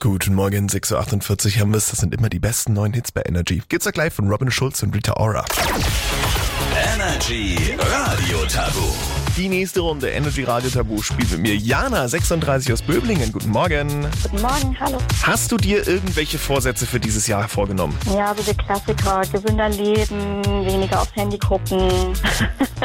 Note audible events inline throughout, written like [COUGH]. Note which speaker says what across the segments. Speaker 1: Guten Morgen, 6.48 Uhr haben wir es. Das sind immer die besten neuen Hits bei Energy. Geht's gleich von Robin Schulz und Rita Ora.
Speaker 2: Energy Radio Tabu.
Speaker 1: Die nächste Runde Energy Radio Tabu spielt mit mir Jana, 36 aus Böblingen. Guten Morgen.
Speaker 3: Guten Morgen, hallo.
Speaker 1: Hast du dir irgendwelche Vorsätze für dieses Jahr vorgenommen?
Speaker 3: Ja, so die Klassiker, gesünder leben, weniger aufs Handy gucken.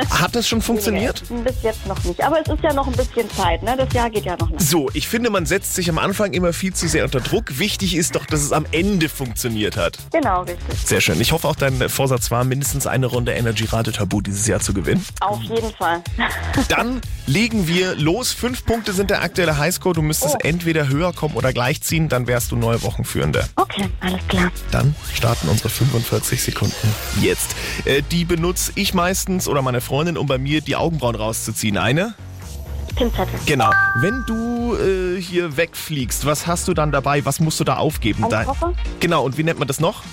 Speaker 1: Hat das schon funktioniert?
Speaker 3: Bis jetzt noch nicht, aber es ist ja noch ein bisschen Zeit, ne? Das Jahr geht ja noch nicht.
Speaker 1: So, ich finde, man setzt sich am Anfang immer viel zu sehr unter Druck. Wichtig ist doch, dass es am Ende funktioniert hat.
Speaker 3: Genau, richtig.
Speaker 1: Sehr schön. Ich hoffe auch, dein Vorsatz war, mindestens eine Runde Energy Radio Tabu dieses Jahr zu gewinnen.
Speaker 3: Auf jeden Fall. [LAUGHS]
Speaker 1: Dann legen wir los. Fünf Punkte sind der aktuelle Highscore. Du müsstest
Speaker 3: Oh.
Speaker 1: entweder höher kommen oder gleichziehen, dann wärst du neue Wochenführende.
Speaker 3: Okay, alles klar.
Speaker 1: Dann starten unsere 45 Sekunden jetzt. Äh, die benutze ich meistens oder meine Freundin, um bei mir die Augenbrauen rauszuziehen. Eine?
Speaker 3: Pinzette.
Speaker 1: Genau. Wenn du äh, hier wegfliegst, was hast du dann dabei? Was musst du da aufgeben?
Speaker 3: Eine
Speaker 1: Dein-
Speaker 3: Koffer?
Speaker 1: Genau, und wie nennt man das noch?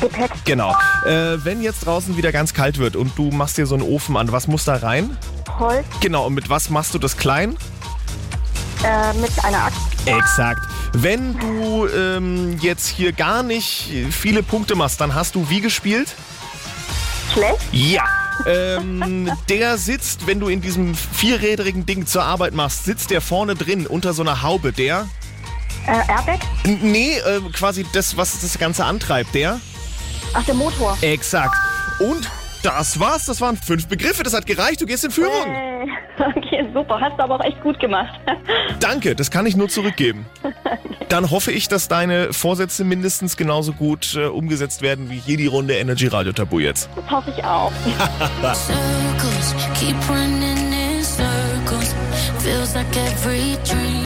Speaker 3: Gepäck,
Speaker 1: Genau. Äh, wenn jetzt draußen wieder ganz kalt wird und du machst dir so einen Ofen an, was muss da rein?
Speaker 3: Holz,
Speaker 1: Genau, und mit was machst du das klein?
Speaker 3: äh, mit einer Axt.
Speaker 1: Exakt. Wenn du ähm, jetzt hier gar nicht viele Punkte machst, dann hast du wie gespielt?
Speaker 3: Schlecht?
Speaker 1: Ja. Ähm, der sitzt, wenn du in diesem vierrädrigen Ding zur Arbeit machst, sitzt der vorne drin unter so einer Haube. Der?
Speaker 3: Äh, Airbag?
Speaker 1: N- Nee, äh, quasi das, was das Ganze antreibt. Der?
Speaker 3: Ach, der Motor.
Speaker 1: Exakt. Und das war's. Das waren fünf Begriffe. Das hat gereicht. Du gehst in Führung.
Speaker 3: Hey. [LAUGHS] Okay, super. Hast du aber auch echt gut gemacht. [LAUGHS]
Speaker 1: Danke, das kann ich nur zurückgeben. Dann hoffe ich, dass deine Vorsätze mindestens genauso gut äh, umgesetzt werden wie hier die Runde Energy Radio Tabu jetzt.
Speaker 3: Das hoffe ich auch.
Speaker 4: circles, keep running in circles. Feels like every dream.